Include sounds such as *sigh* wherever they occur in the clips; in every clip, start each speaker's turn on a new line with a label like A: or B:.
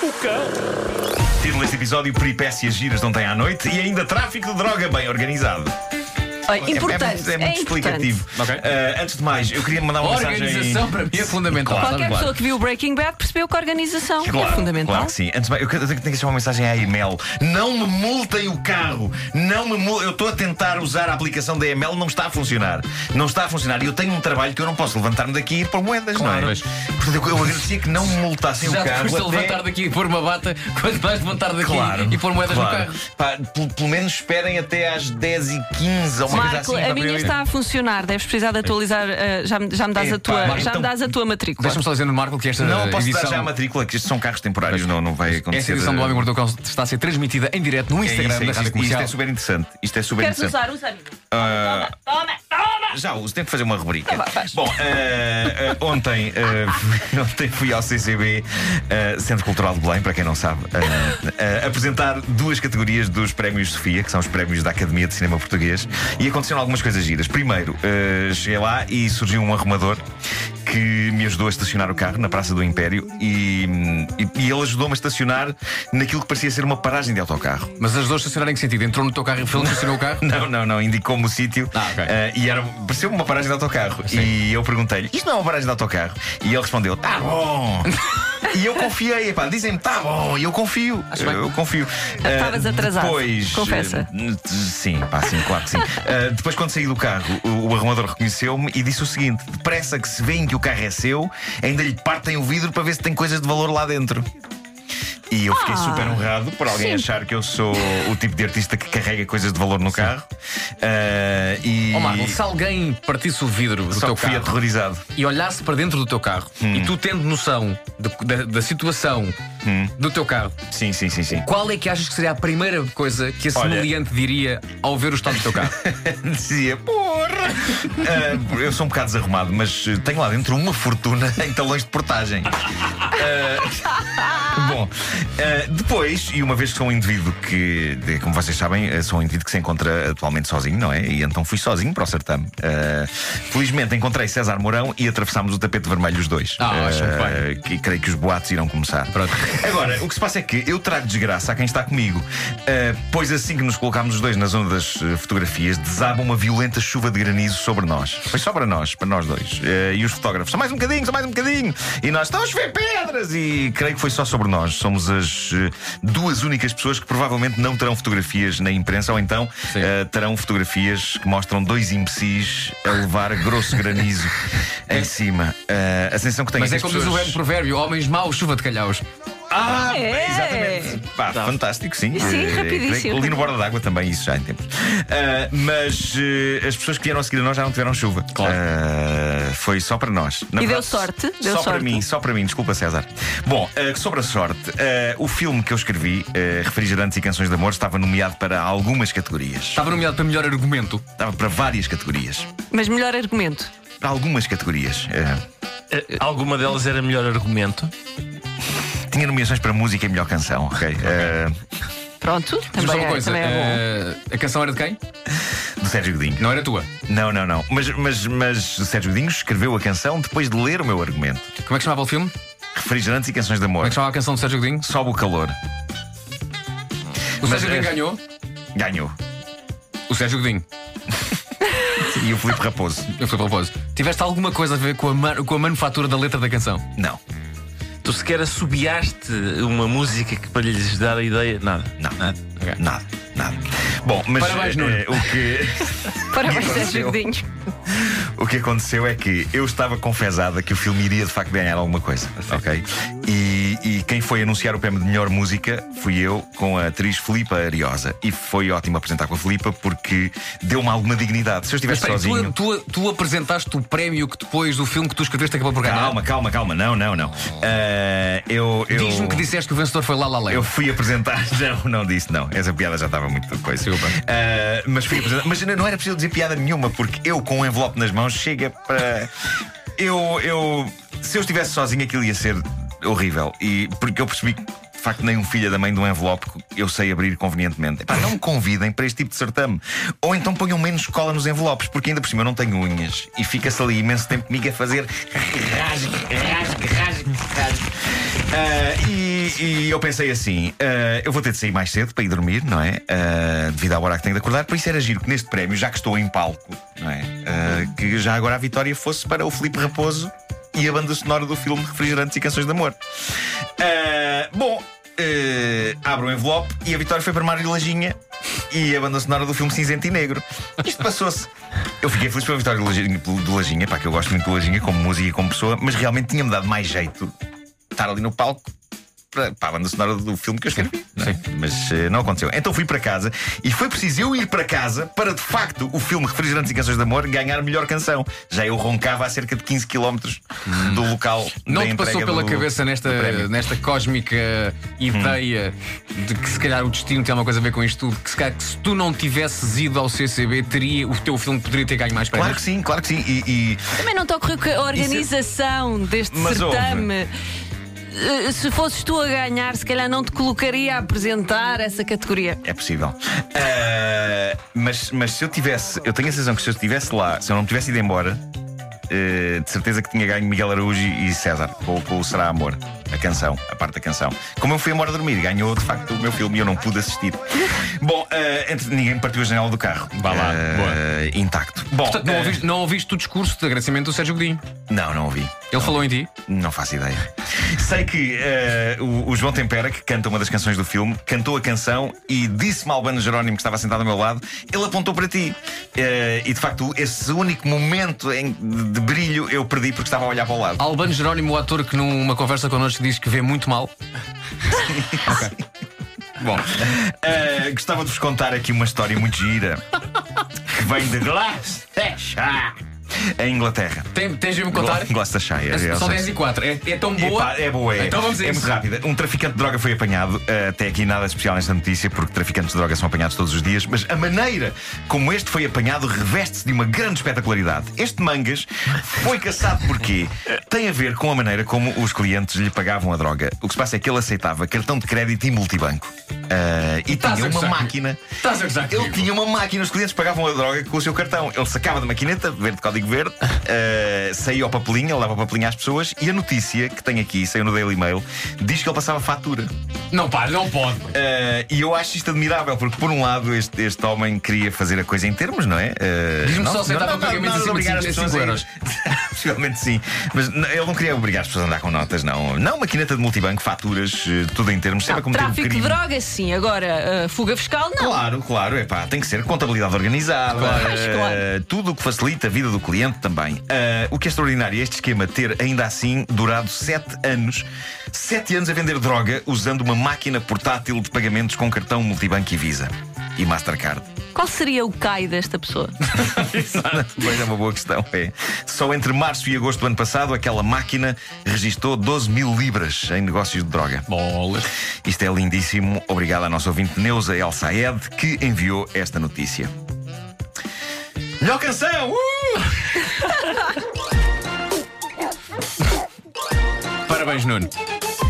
A: boca.
B: Título deste episódio: Peripécias giras de ontem à noite e ainda tráfico de droga bem organizado.
C: Olha,
B: É-
C: importante.
B: É, muito, é muito
C: importante.
B: explicativo.
D: Ok.
B: Ah, antes de mais, eu queria mandar
D: A
B: uma
D: organização
B: mensagem.
D: para mim é fundamental.
C: Qualquer
D: Claro.
C: pessoa que viu o Breaking Bad percebeu que a organização é
B: Claro,
C: fundamental.
B: claro que sim. Antes de mais, eu quero- eu tenho que deixar uma mensagem à Emel. Não me multem o carro. Não me mul... Eu estou a tentar usar a aplicação da Emel, não está a funcionar. Não está a funcionar. E eu tenho um trabalho que eu não posso levantar-me daqui e ir para moedas,
D: Claro,
B: não é?
D: mas-
B: Portanto, eu, eu agradecia que não me multassem
D: Já
B: o
D: te
B: carro.
D: custa
B: até-
D: levantar daqui e pôr uma bata, quanto mais levantar daqui
B: Claro.
D: e pôr moedas
B: claro.
D: no carro.
B: Pá, pel- pelo menos esperem até às 10h15 ou uma coisa
C: Marco,
B: assim.
C: a
B: para
C: minha
B: eu ir.
C: está a funcionar, deves precisar de atualizar, eh, já, me- já me dás
B: Epá,
C: a tua,
B: Marco,
C: já
B: então-
C: me dás a tua matrícula.
D: Deixa-me só dizer no Marco que esta
B: Não, posso
D: edição,
B: dar já a matrícula, que estes são carros temporários, não, não vai acontecer.
D: esta edição do
B: de-
D: Homem Gordou está a ser transmitida em direto no
B: É isso, é
D: Instagram
B: isso,
D: da
B: isto,
D: Rádio
B: isto
D: Comercial.
B: é super interessante. Isto é super
C: Queres
B: interessante.
C: usar? Usa a minha.
B: Ah,
C: Toma, toma!
B: já uso, tenho que fazer uma rubrica.
C: Tá bem, faz.
B: Bom, ah, ah, ontem, ah, fui- *laughs* ontem fui ao CCB, ah, Centro Cultural de Belém, para quem não sabe, ah, ah, apresentar duas categorias dos prémios Sofia, que são os prémios da Academia de Cinema Português, e aconteceram algumas coisas giras. Primeiro, ah, cheguei lá e surgiu um arrumador que me ajudou a estacionar o carro na Praça do Império e, e- e ele ajudou-me a estacionar naquilo que parecia ser uma paragem de autocarro.
D: Mas as duas estacionaram em que sentido? Entrou no teu carro e foi ele que estacionou
B: *laughs*
D: o carro?
B: Não, não, não, indicou-me o sítio
D: Ah, ok.
B: eh, e era, pareceu uma paragem de autocarro. E eu perguntei-lhe: Isto não é uma paragem de autocarro? E ele respondeu: Tá bom.
D: *laughs*
B: e eu confiei, epá, dizem-me: Tá bom. E eu confio.
D: Acho bem. É
B: eu confio. Eh,
C: Estavas atrasado,
B: Depois.
C: confessa.
B: eh, sim, pá, sim, claro que
D: *laughs*
B: sim. Eh, depois, quando saí do carro, o, o arrumador reconheceu-me e disse o seguinte: Depressa que se veem que o carro é seu, ainda lhe partem o vidro para ver se tem coisas de valor lá dentro. E eu fiquei
C: Ah.
B: super honrado por alguém
C: Sim.
B: achar que eu sou o tipo de artista que carrega coisas de valor no carro. Ah, e
D: Ó Marco, se alguém partisse o vidro um do
B: só Hum.
D: teu
B: que fui
D: carro
B: aterrorizado.
D: e olhasse para dentro do teu carro e tu tendo noção de- da, da situação
B: Hum.
D: do teu carro,
B: Sim, sim, sim, sim.
D: qual é que achas que seria a primeira coisa que esse
B: Olha-
D: meliante diria ao ver o estado do teu carro?
B: *laughs* Dizia, porra! Ah, eu sou um bocado desarrumado, mas eh, tenho lá dentro uma fortuna *laughs* em talões de portagem. Ah, bom, ah, depois, e uma vez que sou um indivíduo que, de- como vocês sabem, eh, sou um indivíduo que se encontra atualmente sozinho, não é? E então fui sozinho para o certame. Ah, felizmente encontrei César Mourão e atravessámos o tapete vermelho os dois.
D: Ah,
B: Ah,
D: acho bem.
B: que creio que os boatos irão começar.
D: Pronto.
B: Agora, o que se passa é que eu trago desgraça a quem está comigo, Ah, pois assim que nos colocámos os dois na zona das eh, fotografias, desaba uma violenta chuva de granizo sobre nós. Foi só para nós, para nós dois. Eh, e os fotógrafos, só mais um bocadinho, só mais um bocadinho. E nós, estamos a chover pedras! E creio que foi só sobre nós. Somos as eh, duas únicas pessoas que provavelmente não terão fotografias na imprensa, ou então
D: Sim.
B: eh, terão fotografias que mostram dois imbecis a levar grosso
D: *laughs*
B: granizo em cima. Eh, a sensação que tenho
D: Mas
B: é
D: é
B: que as
D: como diz o
B: pessoas-
D: velho provérbio: homens maus, chuva de calhaus.
B: ah,
C: É. Tá.
B: exatamente. Pá, fantástico, sim.
C: Sim,
B: Eh,
C: rapidíssimo.
B: creio que Ali no borda d'água também, isso já em tempos. Ah, mas eh, as pessoas que vieram a seguir a nós já não tiveram chuva.
D: Claro.
B: Ah, foi só para nós. Na
C: E deu sorte? Deu
B: só para
C: sorte?
B: mim, só para mim, desculpa, César. Bom, ah, sobre a sorte, ah, o filme que eu escrevi, ah, Refrigerantes e Canções de Amor, estava nomeado para algumas categorias.
D: Estava nomeado para melhor argumento.
B: Estava para várias categorias.
C: Mas melhor argumento.
B: Para algumas categorias. Ah,
E: Eh, Alguma delas era melhor argumento.
B: tinha nomeações para música e melhor canção, ok? Ah,
C: Pronto,
D: Diz-me só
C: também,
D: uma
C: é,
D: coisa:
C: também é bom.
D: eh, a canção era de quem?
B: do Sérgio Godinho.
D: Não era tua.
B: Não, não, não. Mas, mas, mas o Sérgio Godinho escreveu a canção depois de ler o meu argumento.
D: Como é que chamava o filme?
B: Refrigerantes e canções de
D: Como é
B: amor.
D: que chamava a canção do Sérgio Godinho?
B: Sobe o calor.
D: O
B: Mas,
D: Sérgio Godinho
B: eh,
D: ganhou?
B: Ganhou.
D: O Sérgio Godinho.
B: E o Filipe Raposo.
D: Eu fui propósito. Tiveste alguma coisa a ver com a, man- com a manufatura da letra da canção?
B: Não.
E: Tu sequer assobiaste uma música que para lhes dar a ideia. Nada.
B: Não.
E: Nada.
D: Ok.
B: Nada. Nada. Bom, mas
D: Parabéns,
B: eh,
D: Nuno.
B: eh, o que. *laughs*
C: Parabéns,
B: aconteceu?
C: Sérgio Godinho.
B: O que *laughs* aconteceu é que eu estava confesada que o filme iria de facto ganhar alguma coisa, ok? E, e quem foi anunciar o prémio de melhor música fui eu com a atriz Filipa Ariosa. E foi ótimo apresentar com a Filipa porque deu-me alguma dignidade. Se eu
D: Mas
B: estivesse
D: espera, aí,
B: sozinho.
D: tu, tu, tu apresentaste o prémio que depois do filme que tu escreveste acabou por ganhar.
B: Calma, calma, calma. Não, não, não. Ah, eu. eu...
D: Diz-me que disseste que o vencedor foi lá lá
B: Eu
D: Land.
B: fui apresentar, *laughs* não, não disse não. Essa piada já estava muito coisa.
D: Desculpa.
B: Ah, mas fui apresentar. Mas não era preciso dizer piada nenhuma, porque eu com o envelope nas mãos chega para. Eu, eu. Se eu estivesse sozinho, aquilo ia ser horrível. E porque eu percebi que. De facto, nem um filho da mãe de um envelope eu sei abrir convenientemente. Epá, não me convidem para este tipo de certame. Ou então ponham menos cola nos envelopes, porque ainda por cima eu não tenho unhas. E fica-se ali imenso tempo comigo a fazer rasgue, rasgue, rasgue, rasgue. Ah, e E, e eu pensei assim: eh, eu vou ter de sair mais cedo para ir dormir, não é? Eh, devido à hora que tenho de acordar. Por isso era giro que neste prémio, já que estou em palco, não é? Eh, que já agora a vitória fosse para o Filipe Raposo e a banda sonora do filme Refrigerantes e Canções de Amor. Eh, bom, eh, abro o envelope e a vitória foi para Mário Lajinha e a banda sonora do filme Cinzento e Negro. Isto passou-se. Eu fiquei feliz pela vitória do Lajinha, do Lajinha, pá, que eu gosto muito do Lajinha como música e como pessoa, mas realmente tinha-me dado mais jeito estar ali no palco para, para a banda sonora do filme que eu escrevi. não é? Mas eh, não aconteceu. Então fui para casa e foi preciso eu ir para casa para de facto o filme Refrigerantes e Canções de Amor ganhar melhor canção. Já eu roncava a cerca de 15 km do local
D: Não
B: da
D: te
B: entrega
D: passou pela
B: do-
D: cabeça
B: do
D: nesta,
B: prémio.
D: nesta cósmica ideia de que se calhar o destino tem alguma coisa a ver com isto tudo? Que se calhar que se tu não tivesses ido ao CCB, teria, o teu filme poderia ter ganho mais prémios?
B: Claro que sim, claro que sim. E, e-
C: Também não toco que a organização deste
B: é- Mas houve.
C: certame. eh, Se fosses tu a ganhar, se calhar não te colocaria a apresentar essa categoria.
B: É possível. Ah, mas, mas se eu tivesse, eu tenho a sensação que se eu estivesse lá, se eu não tivesse ido embora, eh, de certeza que tinha ganho Miguel Araújo e César, com, com o Será Amor, a canção, a parte da canção. Como eu fui embora dormir, ganhou de facto o meu filme e eu não pude assistir.
D: *laughs*
B: Bom, ah, entre- ninguém partiu a janela do carro.
D: Vá lá,
B: Ah, Intacto. Bom,
D: Portanto, não
B: ah,
D: ouviste, não ouviste o discurso de agradecimento do Sérgio Godinho.
B: não, não ouvi.
D: Ele falou em ti.
B: Não faço ideia. Sei que eh, o, o João Tempera, que canta uma das canções do filme, cantou a canção e disse-me ao Albano Jerónimo, que estava sentado ao meu lado, ele apontou para ti. Eh, e de facto, esse único momento em- de, de brilho eu perdi porque estava a olhar para o lado.
D: Albano Jerónimo, o ator que numa conversa connosco diz que vê muito mal.
B: Bom, eh, gostava de vos contar aqui uma história muito gira que vem de Gloucestershire, em Inglaterra.
D: Tem, tens de me contar?
B: Gloucestershire.
D: É
B: eu
D: só
B: sei.
D: 10 e 4. É, é tão boa.
B: Epá, é boa, é.
D: Então vamos a
B: é
D: isso.
B: muito rápida. Um traficante de droga foi apanhado. Eh, até aqui nada especial nesta notícia, porque traficantes de droga são apanhados todos os dias. Mas a maneira como este foi apanhado reveste-se de uma grande espetacularidade. Este mangas foi caçado porque tem a ver com a maneira como os clientes lhe pagavam a droga. O que se passa é que ele aceitava cartão de crédito e multibanco. Eh, e
D: Estás
B: tinha
D: a
B: uma
D: gozar
B: máquina.
D: Estás a gozar
B: Ele
D: comigo.
B: tinha uma máquina, os clientes pagavam a droga com o seu cartão. Ele sacava da maquineta, verde código verde, eh, saía ao papelinho, ele dava o papelinho às pessoas e a notícia que tem aqui, saiu no Daily Mail, diz que ele passava fatura.
D: Não, pá, não pode.
B: Eh, e eu acho isto admirável, porque por um lado este, este homem queria fazer a coisa em termos, não é? Eh,
D: Diz-me
B: não-
D: só se
B: não-
D: aceitava
B: não- não-
D: pagamentos
B: não- não
D: acima
B: obrigar
D: de
B: as
D: cinco-
B: pessoas
D: cinco
B: a ir-
D: euros.
B: *laughs* Possivelmente sim, mas n- ele não queria obrigar as pessoas a andar com notas, não. Não, maquineta de multibanco, faturas, eh, tudo em termos, sempre a
C: Não,
B: cometer um
C: tráfico de
B: crime.
C: drogas, sim. Agora, ah, fuga fiscal, não.
B: Claro, claro, é pá, tem que ser contabilidade organizada,
C: Claro.
B: eh,
C: Claro.
B: tudo o que facilita a vida do cliente também. Eh, o que é extraordinário é este esquema ter ainda assim durado 7 anos, 7 anos a vender droga usando uma máquina portátil de pagamentos com cartão multibanco e Visa e Mastercard.
C: *laughs* Qual seria o CAI desta pessoa?
B: *laughs* Pois é uma boa questão, é. Só entre março e agosto do ano passado, aquela máquina registou 12 mil libras em negócios de droga.
D: Bolas.
B: Isto é lindíssimo. Obrigado à nossa ouvinte Neuza El Saed que enviou esta notícia. Melhor canção! Uh!
D: Parabéns, Nuno.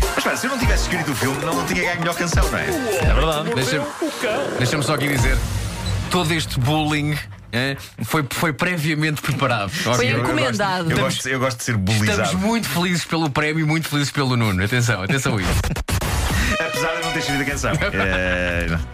B: Mas espera, se eu não tivesse escrito o filme, não tinha ganho melhor canção, não é?
E: É verdade.
D: Deixa-me deixa-me só aqui dizer: todo este bullying eh, foi, foi previamente preparado.
C: Foi
D: Ok?
C: encomendado.
B: Eu gosto, eu gosto de ser
D: Estamos
B: bulizado.
D: muito felizes pelo prémio e muito felizes pelo Nuno. Atenção, atenção a isso.
B: Apesar de eu não ter escrito a canção. Eh, não.